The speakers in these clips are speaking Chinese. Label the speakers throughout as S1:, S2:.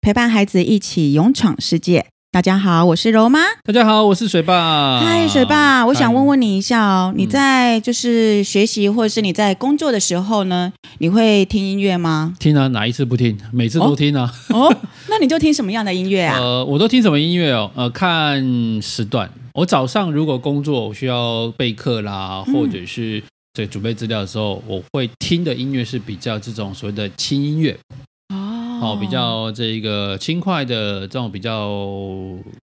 S1: 陪伴孩子一起勇闯世界。大家好，我是柔妈。
S2: 大家好，我是水爸。
S1: 嗨，水爸，我想问问你一下哦，你
S2: 嗯
S1: 在就是学习或者是你在工作的时候呢，你会听音乐 吗？
S2: 听啊，哪一次不听？每次都听啊。
S1: 哦，那你就听什么样的音乐啊？
S2: 呃，我都听什么音乐哦？呃，看时段。我早上如果工作，我需要备课啦，
S1: 嗯
S2: 或者是对准备资料的时候，我会听的音乐是比较这种所谓的轻音乐，
S1: 哦
S2: 哦，比较这个轻快的这种比较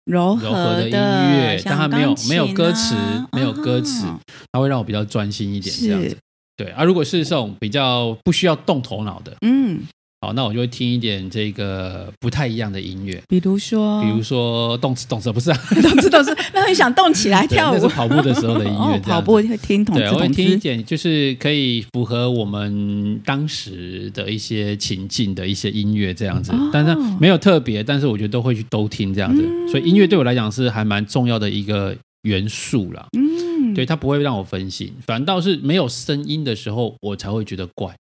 S1: 柔
S2: 柔和
S1: 的
S2: 的音乐，
S1: 像
S2: 但它没有
S1: 钢琴
S2: 没有歌词
S1: 啊，
S2: 没有歌词
S1: 啊，
S2: 它会让我比较专心一点这样子
S1: 是。，
S2: 对啊，如果是这种比较不需要动头脑的，
S1: 嗯，
S2: 好，那我就会听一点这个不太一样的音乐，
S1: 比如说，
S2: 比如说动次动次，不是、 啊、
S1: 动次动次， 那很想动起来
S2: 对
S1: 跳
S2: 那是
S1: 舞。
S2: 跑步的时候的音乐
S1: 哦，，
S2: 这
S1: 跑
S2: 样子
S1: 步。会听筒
S2: 对，
S1: 子
S2: 我会
S1: 筒
S2: 听一
S1: 子，
S2: 点，就是可以符合我们当时的一些情境的一些音乐这样子，
S1: 哦
S2: 但是没有特别，但是我觉得都会去都听这样子，
S1: 嗯
S2: 所以音乐对我来讲是还蛮重要的一个元素啦。
S1: 嗯，
S2: 对，它不会让我分心，反倒是没有声音的时候，我才会觉得怪。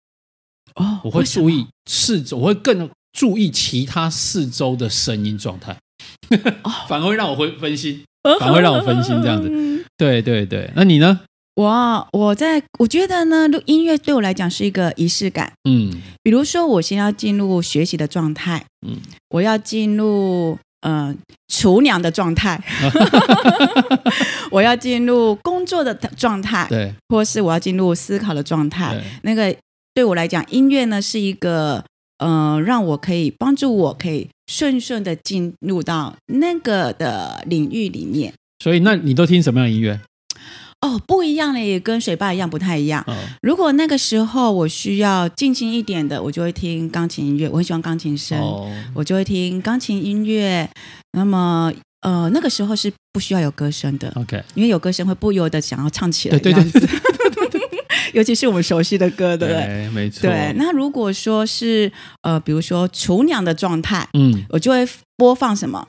S1: 哦，
S2: 我会
S1: 为什
S2: 注意四周，我会更注意其他四周的声音状态，
S1: 哦
S2: 反而会让我会分心，反而会让我分心这样子。
S1: 嗯
S2: 对对对，那你呢？
S1: 我我在我觉得呢，录音乐对我来讲是一个仪式感。
S2: 嗯
S1: 比如说，我先要进入学习的状态，
S2: 嗯，
S1: 我要进入呃厨娘的状 态，我要进入工作的状态，
S2: 对
S1: 或是我要进入思考的状态。
S2: 对，
S1: 那个对我来讲，音乐呢是一个呃，让我可以帮助我可以顺顺的进入到那个的领域里面。
S2: 所以那你都听什么样的音乐？
S1: 哦，不一样的也跟水坝一样不太一样。
S2: 哦，
S1: 如果那个时候我需要静心一点的，我就会听钢琴音乐，我很喜欢钢琴声，
S2: 哦
S1: 我就会听钢琴音乐。那么，呃，那个时候是不需要有歌声的，
S2: ，OK，
S1: 因为有歌声会不由得想要唱起来，
S2: 哦对对对
S1: 对 尤其是我们熟悉的歌，对不对？
S2: 对，没错，
S1: 对。那如果说是呃，比如说厨娘的状态，
S2: 嗯，
S1: 我就会播放什么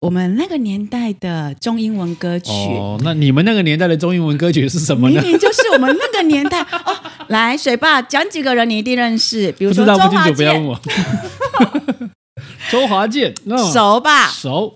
S1: 我们那个年代的中英文歌曲。
S2: 哦，那你们那个年代的中英文歌曲是什么呢
S1: 明？明就是我们那个年代 哦。来，水爸讲几个人你一定认识，比如
S2: 不知
S1: 说
S2: 道
S1: 周
S2: 不清
S1: 华
S2: 楚，不要问
S1: 健，
S2: 我。周华健，嗯那
S1: 熟吧？
S2: 熟，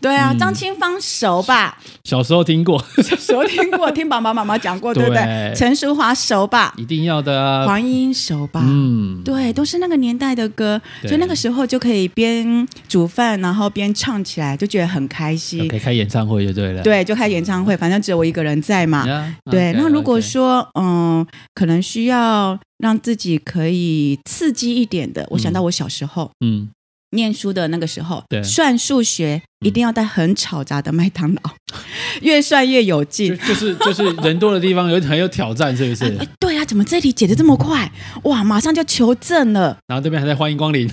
S1: 对啊，
S2: 嗯
S1: 张清芳熟吧？
S2: 小时候听过，
S1: 熟听过，听爸爸妈妈讲过，哦对不呃对
S2: 对？
S1: 陈淑华熟吧？
S2: 一定要的啊。
S1: 黄莺熟吧？
S2: 嗯，
S1: 对，都是那个年代的歌，
S2: 对
S1: 所以那个时候就可以边煮饭，然后边唱起来，就觉得很开心。
S2: 可以开演唱会就对了。
S1: 对，就开演唱会，反正只有我一个人在嘛。
S2: 呀
S1: 对，
S2: ，OK，
S1: 那如果
S2: OK
S1: 说嗯，可能需要让自己可以刺激一点的，我想到我小时候、
S2: 嗯，
S1: 念书的那个时候，
S2: 对
S1: 算数学
S2: 嗯
S1: 一定要在很吵杂的麦当劳， 越算越有
S2: 就
S1: 劲。
S2: 就是就是人多的地方有很有挑战，是不是？
S1: 哎，对啊，怎么这题解的这么快？哇，马上就求证了，
S2: 然后这边还在欢迎光临。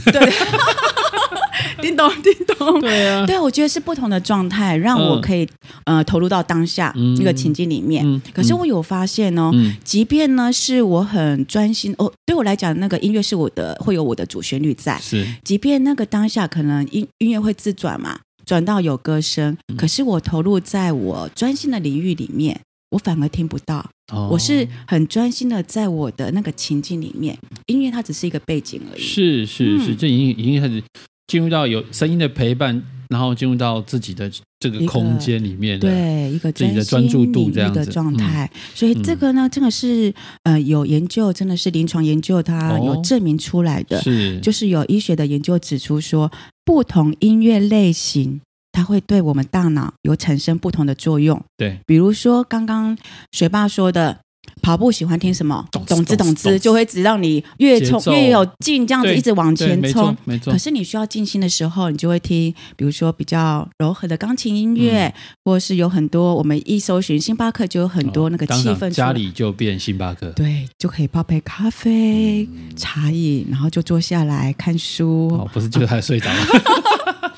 S1: 叮咚叮咚。
S2: 对啊，
S1: 对，我觉得是不同的状态，让我
S2: 嗯
S1: 可以、呃投入到当下
S2: 嗯
S1: 那个情境里面。
S2: 嗯
S1: 可是我有发现哦，
S2: 嗯
S1: 即便呢是我很专心哦，对我来讲，那个音乐是我的会有我的主旋律在。
S2: 是
S1: 即便那个当下可能音音乐会自转嘛，转到有歌声，
S2: 嗯
S1: 可是我投入在我专心的领域里面，我反而听不到。
S2: 哦
S1: 我是很专心的在我的那个情境里面，音乐它只是一个背景而已。
S2: 是是是，
S1: 嗯
S2: 这已经已经开始进入到有声音的陪伴，然后进入到自己的这
S1: 一
S2: 个
S1: 个
S2: 空间里面的。
S1: 对一个
S2: 自己的
S1: 专心
S2: 专注度
S1: 领域
S2: 这样
S1: 的
S2: 子嗯
S1: 状态，所以这个呢，真的是呃有研究，真的是临床研究，它
S2: 哦
S1: 有证明出来的。
S2: 是
S1: 就是有医学的研究指出说，不同音乐类型，它会对我们大脑有产生不同的作用。
S2: 对，
S1: 比如说刚刚学霸说的，跑步喜欢听什么，
S2: 咚
S1: 懂
S2: 子
S1: 之
S2: 咚
S1: 懂
S2: 子咚
S1: 之，
S2: 子
S1: 就会只让你越
S2: 节
S1: 冲
S2: 奏
S1: 越有劲，这样子
S2: 对
S1: 一直往
S2: 对，
S1: 前
S2: 没
S1: 冲
S2: 错。没错
S1: 可。是你需要静心的时候，你就会听，比如说比较柔和的钢琴音乐，或是有很多我们一搜寻星巴克就有很多
S2: 嗯哦
S1: 那个
S2: 当
S1: 气
S2: 场
S1: 氛出来
S2: 家里就变星巴克，
S1: 对，就可以泡杯咖啡、
S2: 嗯
S1: 茶饮，然后就坐下来看书。
S2: 哦，不是就是 还睡着了。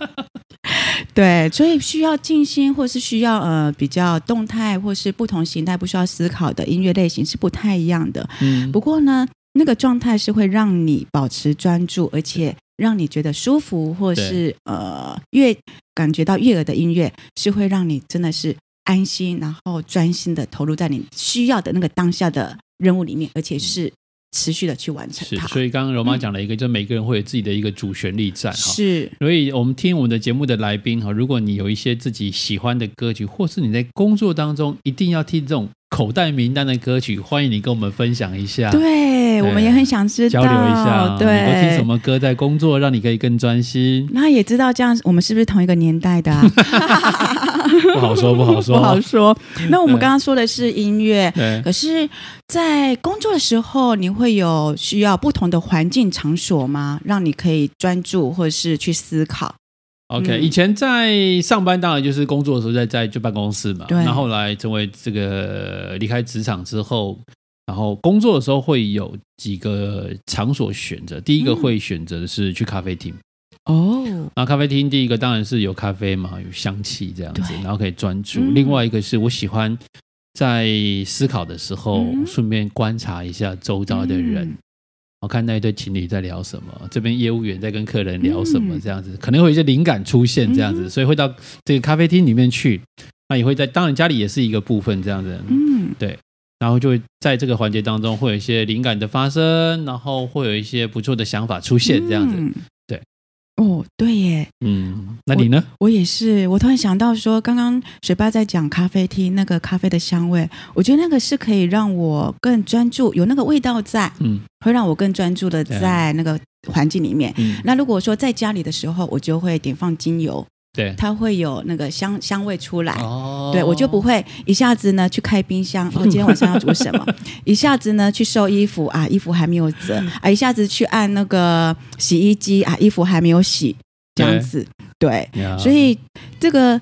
S1: 对，所以需要静心，或是需要呃比较动态，或是不同形态不需要思考的音乐类型是不太一样的。
S2: 嗯
S1: 不过呢，那个状态是会让你保持专注，而且让你觉得舒服，或是呃越感觉到悦耳的音乐是会让你真的是安心，然后专心的投入在你需要的那个当下的任务里面，而且是持续的去完成
S2: 是，
S1: 它。
S2: 所以刚刚柔妈
S1: 嗯
S2: 讲了一个，就是每个人会有自己的一个主旋律在哈。
S1: 是
S2: 所以，我们听我们的节目的来宾哈，如果你有一些自己喜欢的歌曲，或是你在工作当中一定要听这种口袋名单的歌曲，欢迎你跟我们分享一下，
S1: 对，我们也很想知道，
S2: 交流一下，你都听
S1: 对。
S2: 什，么歌在工作，让你可以更专心
S1: 那也知道这样我们是不是同一个年代的、啊？
S2: 不好 说，不嗯 好
S1: 不好
S2: 说。
S1: 说。那我们
S2: 对
S1: 刚刚说的是音乐，
S2: 对，
S1: 可是，在工作的时候，你会有需要不同的环境场所吗？让你可以专注或者是去思考？
S2: OK，、
S1: 嗯
S2: 以前在上班当然就是工作的时候在在就办公室嘛，
S1: 对
S2: 那后来成为这个呃离开职场之后，然后工作的时候会有几个场所选择，第一个
S1: 嗯
S2: 会选择的是去咖啡厅，
S1: 哦，
S2: 啊那咖啡厅第一个当然是有咖啡嘛，有香气这样子
S1: 对，
S2: 然后可以专注。
S1: 嗯
S2: 另外一个是我喜欢在思考的时候，
S1: 嗯
S2: 顺便观察一下周遭的人
S1: 嗯，
S2: 我、看那一对情侣在聊什么，这边业务员在跟客人聊什么
S1: 嗯
S2: 这样子，可能会有一些灵感出现这样子，
S1: 嗯
S2: 所以会到这个咖啡厅里面去。那也会在，当然家里也是一个部分这样子，
S1: 嗯，
S2: 然后就会在这个环节当中会有一些灵感的发生，然后会有一些不错的想法出现这样子。
S1: 嗯
S2: 对。
S1: 哦，对耶，
S2: 嗯，那你呢？
S1: 我也是。我突然想到说，刚刚水爸在讲咖啡厅那个咖啡的香味，我觉得那个是可以让我更专注，有那个味道在，
S2: 嗯
S1: 会让我更专注的
S2: 对啊
S1: 在那个环境里面。
S2: 嗯，
S1: 那如果说在家里的时候，我就会点放精油，
S2: 对。
S1: 它会有那个香香味出来。
S2: 哦
S1: 对，我就不会一下子呢去开冰箱，哦，今天晚上要煮什么？一下子呢去收衣服啊，衣服还没有折啊，一下子去按那个洗衣机啊，衣服还没有洗，这样子。对，
S2: 呀
S1: 所以这个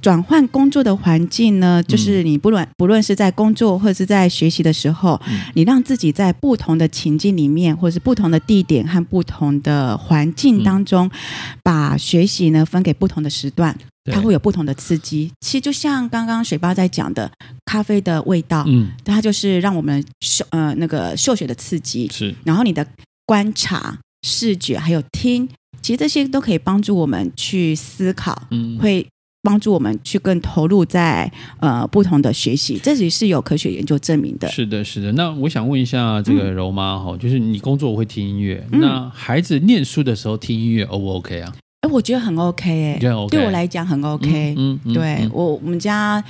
S1: 转换工作的环境呢，就是你不论不论是在工作或者是在学习的时候，
S2: 嗯
S1: 你让自己在不同的情境里面，或者是不同的地点和不同的环
S2: 嗯
S1: 境当中，把学习呢分给不同的时段，
S2: 对
S1: 它会有不同的刺激。其实就像刚刚水爸在讲的，咖啡的味道，
S2: 嗯
S1: 它就是让我们嗅呃那个嗅觉的刺激，
S2: 是
S1: 然后你的观察、视觉还有听，其实这些都可以帮助我们去思考，
S2: 嗯
S1: 会。帮助我们去更投入在呃不同的学习，这里是有科学研究证明的。
S2: 是的是的。那我想问一下这个柔妈哈，就是你工作会听音乐，
S1: 嗯
S2: 那孩子念书的时候听音乐 O 不 OK 啊
S1: 哎，我觉得很 OK 哎、
S2: 你觉得 OK？
S1: 对我来讲很 OK。
S2: 嗯嗯
S1: 对、
S2: 嗯
S1: 我，我们家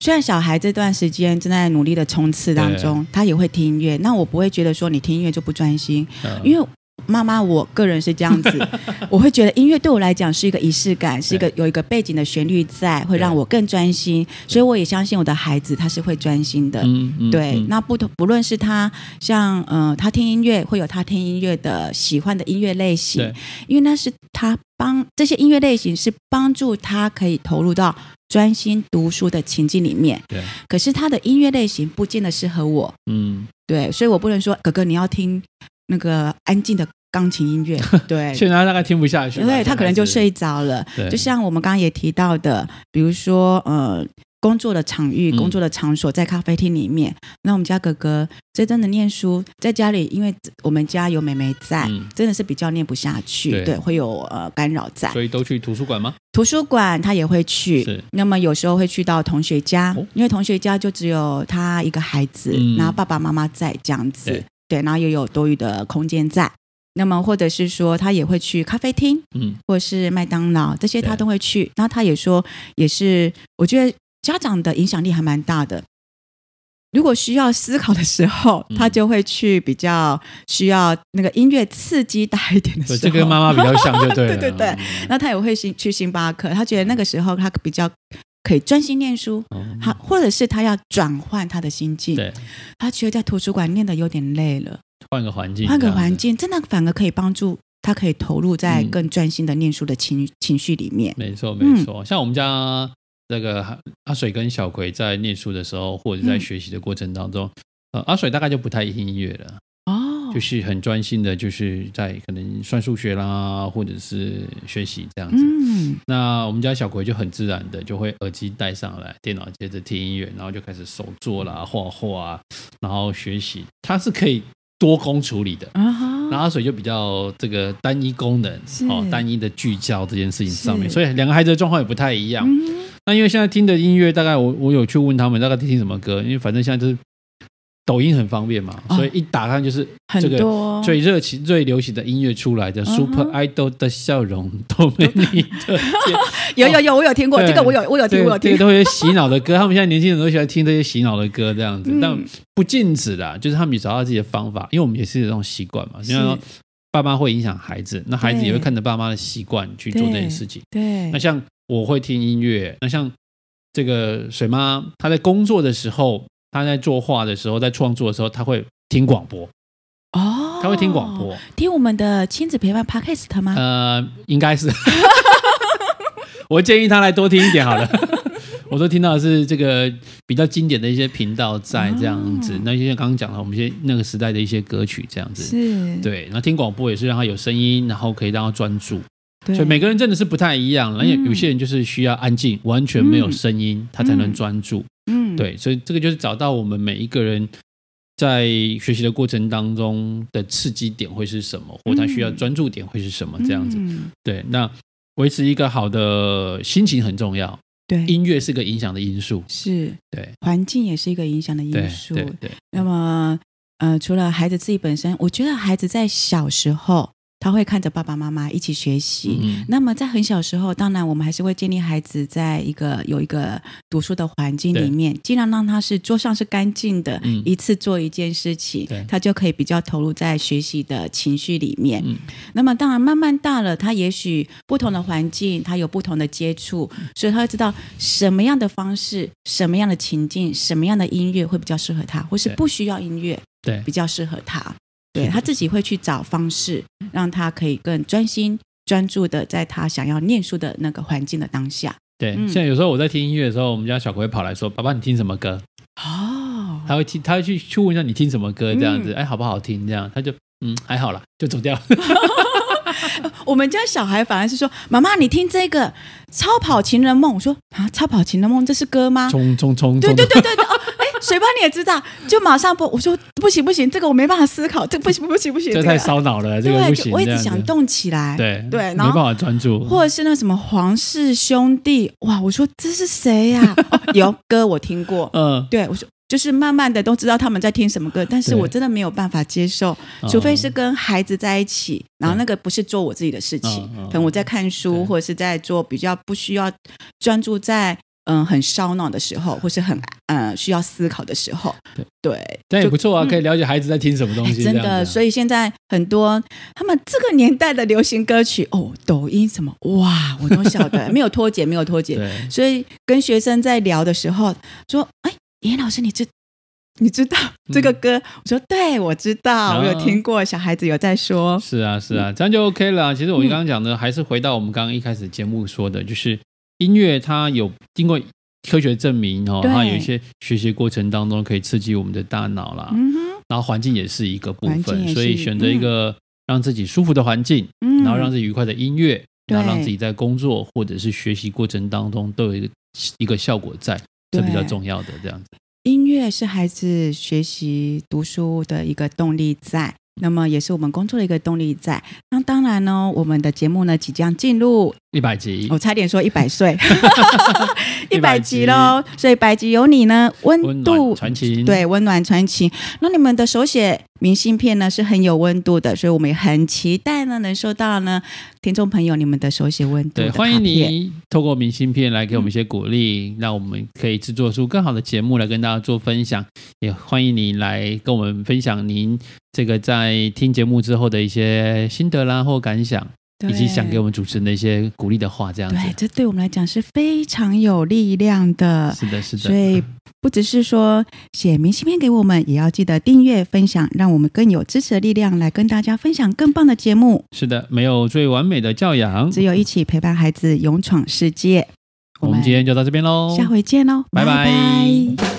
S1: 虽然小孩这段时间正在努力的冲刺当中，他也会听音乐。那我不会觉得说你听音乐就不专心，
S2: 呃
S1: 因为妈妈，我个人是这样 子，我会觉得音乐对我来讲是一个仪式感，是一个有一个背景的旋律在，会让我更专心。所以我也相信我的孩子他是会专心的。
S2: 嗯嗯
S1: 对，
S2: 嗯
S1: 那不同不论是他像呃，他听音乐会有他听音乐的喜欢的音乐类型
S2: 对，
S1: 因为那是他帮这些音乐类型是帮助他可以投入到专心读书的情境里面。
S2: 对
S1: 可是他的音乐类型不见得适合我，
S2: 嗯，
S1: 对，所以我不能说哥哥你要听那个安静的钢琴音乐， 对。
S2: 现在大概听不下去吧，
S1: 对他可能就
S2: 现
S1: 睡着了，
S2: 在孩子，对
S1: 就像我们刚刚也提到的，比如说呃，工作的场域、
S2: 嗯
S1: 工作的场所在咖啡厅里面。那我们家哥哥这真的念书，在家里，因为我们家有妹妹在，
S2: 嗯，
S1: 真的是比较念不下去，
S2: 对
S1: 对，会有呃干扰在。
S2: 所以都去图书馆吗？
S1: 图书馆他也会去。
S2: 是
S1: 那么有时候会去到同学家，
S2: 哦
S1: 因为同学家就只有他一个孩子，
S2: 嗯
S1: 然后爸爸妈妈在这样子，
S2: 对
S1: 对，然后也有多余的空间在。那么或者是说，他也会去咖啡厅，
S2: 嗯
S1: 或是麦当劳这些
S2: 对
S1: 他都会去。然后他也说，也是我觉得家长的影响力还蛮大的。如果需要思考的时候，
S2: 嗯
S1: 他就会去比较需要那个音乐刺激大一点的时
S2: 对，
S1: 候。
S2: 这跟妈妈比较像，就对了，
S1: 对对对
S2: 嗯，
S1: 那他也会星去星巴克，他觉得那个时候他比较可以专心念书，
S2: 哦
S1: 他或者是他要转换他的心境，
S2: 对，
S1: 他觉得在图书馆念的有点累了，
S2: 换个环境，
S1: 换个
S2: 这样子
S1: 环，境，真的反而可以帮助他可以投入在
S2: 嗯
S1: 更专心的念书的情情绪里面。
S2: 没错
S1: 嗯
S2: 没错。像我们家那个阿水跟小葵在念书的时候，或者在
S1: 嗯
S2: 学习的过程当中，呃，阿水大概就不太听音乐了。
S1: 哦
S2: 就是很专心的，就是在可能算数学啦，或者是学习这样子。
S1: 嗯，
S2: 那我们家小葵就很自然的就会耳机戴上来，电脑接着听音乐，然后就开始手作啦、画画啊，然后学习，它是可以多工处理的。
S1: 啊哈，
S2: 然后所以就比较这个单一功能
S1: 是
S2: 哦，单一的聚焦这件事情上面，
S1: 是
S2: 所以两个孩子的状况也不太一样。
S1: 嗯
S2: 那因为现在听的音乐，大概我我有去问他们大概听什么歌，因为反正现在就是抖音很方便嘛，
S1: 哦
S2: 所以一打开就是
S1: 很
S2: 这个
S1: 多
S2: 最热情、最流行的音乐出来的
S1: 嗯哼
S2: Super Idol 的笑容都没你 的甜。
S1: 有有有，我有听过
S2: 对
S1: 这个，我有我有听，我有
S2: 对，
S1: 听
S2: 这个。都会洗脑的歌，他们 现在年轻人都喜欢听这些洗脑的歌，这样子，
S1: 嗯
S2: 但不禁止啦，就是他们也找到自己的方法，因为我们也是有这种习惯嘛，
S1: 是
S2: 因为爸妈会影响孩子，那孩子
S1: 对
S2: 也会看着爸妈的习惯去做这件事情。
S1: 对
S2: 那像我会听音乐，那像这个水妈，她在工作的时候，她在作画的时候，在创作的时候，她会听广播，
S1: 哦，
S2: 她会听广，播，嗯
S1: 听我们的亲子陪伴 podcast 吗？
S2: 呃，应该是。 我建议他来多听一点好了。 我都听到的是这个比较经典的一些频道在这样子，
S1: 哦
S2: 那些刚刚讲了我们一些那个时代的一些歌曲这样子。
S1: 是，
S2: 对，那听广播也是让他有声音，然后可以让他专注。
S1: 对
S2: 所以每个人真的是不太一样，而且
S1: 嗯
S2: 有些人就是需要安静，完全没有声音，他才能
S1: 嗯
S2: 专注。
S1: 嗯，
S2: 对，所以这个就是找到我们每一个人在学习的过程当中的刺激点会是什么，或他需要
S1: 嗯
S2: 专注点会是什么，这样子。
S1: 嗯
S2: 对，那维持一个好的心情很重要，
S1: 对，
S2: 音乐是个影响的因素。
S1: 是
S2: 对，
S1: 环境也是一个影响的因
S2: 对，
S1: 素。
S2: 对，对，
S1: 那么，呃，除了孩子自己本身，我觉得孩子在小时候他会看着爸爸妈妈一起学习。
S2: 嗯，
S1: 那么在很小时候，当然我们还是会建立孩子在一个有一个读书的环境里面，尽量让他是桌上是干净的，
S2: 嗯
S1: 一次做一件事情
S2: 对，
S1: 他就可以比较投入在学习的情绪里面。
S2: 嗯
S1: 那么当然慢慢大了，他也许不同的环境，他有不同的接触，所以他会知道什么样的方式、什么样的情境、什么样的音乐会比较适合他，或是
S2: 对
S1: 不需要音乐
S2: 对
S1: 比较适合他。
S2: 是
S1: 对
S2: 的
S1: 他自己会去找方式，让他可以更专心专注的在他想要念书的那个环境的当下。
S2: 对。
S1: 嗯
S2: 现在有时候我在听音乐的时候，我们家小葵会跑来说：“爸爸，你听什么歌？”
S1: 哦，
S2: 他会听，他会去去问一下你听什么歌，这样子，
S1: 嗯
S2: 哎，好不好听？这样，他就嗯，还好啦，就走掉了。
S1: 我们家小孩反而是说：“妈妈，你听这个《超跑情人梦》。”我说：“啊，《超跑情人梦》这是歌吗？”
S2: 冲冲冲！
S1: 对
S2: 冲
S1: 对对对对哦，哎，水爸你也知道，就马上不，我说不行不行，这个我没办法思考， 这个不行不行不行，
S2: 这
S1: 个
S2: 太烧脑了，这个
S1: 对，
S2: 不
S1: 就
S2: 行。
S1: 我一
S2: 这
S1: 直
S2: 样子
S1: 想，动起来，，
S2: 对
S1: 对然
S2: 没
S1: 后
S2: 办法专注。
S1: 或者是那什么皇室兄弟，哇，我说这是谁呀、哦有歌我听 过，
S2: 嗯，
S1: 对我说。就是慢慢的都知道他们在听什么歌，但是
S2: 对
S1: 我真的没有办法接受，
S2: 嗯
S1: 除非是跟孩子在一起，然后那个不是做我自己的事情，
S2: 嗯嗯
S1: 可能我在看
S2: 对
S1: 书或者是在做比较不需要专注在嗯很烧脑的时候，或是很嗯需要思考的时候
S2: 对，
S1: 对，
S2: 但也
S1: 就
S2: 不错啊，
S1: 嗯
S2: 可以了解孩子在听什么东
S1: 哎
S2: 西。
S1: 真
S2: 这样
S1: 的，
S2: 子啊
S1: 所以现在很多他们这个年代的流行歌曲哦，抖音什么哇，我都晓得，没有脱节，没有 脱节。
S2: 对
S1: 所以跟学生在聊的时候说：“哎，严老师，你知你知道这个歌？”我说：“对，我知道，
S2: 啊
S1: 我有听过，小孩子有在说。
S2: 是啊，是
S1: 嗯
S2: 啊，这样就 OK 了啊。其实我刚刚讲的，还是回到我们刚刚一开始节目说的，就是音乐它有经过科学证明哦，
S1: 对
S2: 它有一些学习过程当中可以刺激我们的大脑啦，”
S1: 嗯哼，
S2: 然后环境也是一个部
S1: 环境也
S2: 分，
S1: 是
S2: 所以选择一个让自己舒服的环境，
S1: 嗯，
S2: 然后让自己愉快的音乐，
S1: 对
S2: 然后让自己在工作或者是学习过程当中都有一个一个效果在，这
S1: 对
S2: 比较重要的这样子。
S1: 音乐是孩子学习读书的一个动力在，那么也是我们工作的一个动力在。那当然呢，我们的节目呢即将进入
S2: 一百集
S1: 我，差点说一百 岁，一
S2: 100
S1: 百
S2: 集
S1: 集喽。所以百集有你呢，温
S2: 温
S1: 度
S2: 暖传情，
S1: 对温暖传情。那你们的手写明信片呢是很有温度的，所以我们也很期待呢能收到呢听众朋友你们的手写温度
S2: 对，
S1: 的
S2: 欢迎
S1: 卡片。
S2: 你透过明信片来给我们一些鼓励，让我们可以制作出更好的节目来跟大家做分享。也欢迎你来跟我们分享您这个在听节目之后的一些心得啦或感想，
S1: 对
S2: 以及想给我们主持人的一些鼓励的话，这样子
S1: 对，。这对我们来讲是非常有力量的。
S2: 是的，是
S1: 所
S2: 的，
S1: 以不只是说写明信片给我们，也要记得订阅、分享，让我们更有支持的力量来跟大家分享更棒的节目。
S2: 是的，没有最完美的教养。
S1: 只有一起陪伴孩子勇闯世界。
S2: 我们今天就到这边喽，
S1: 下回见喽，哦
S2: 拜拜
S1: 拜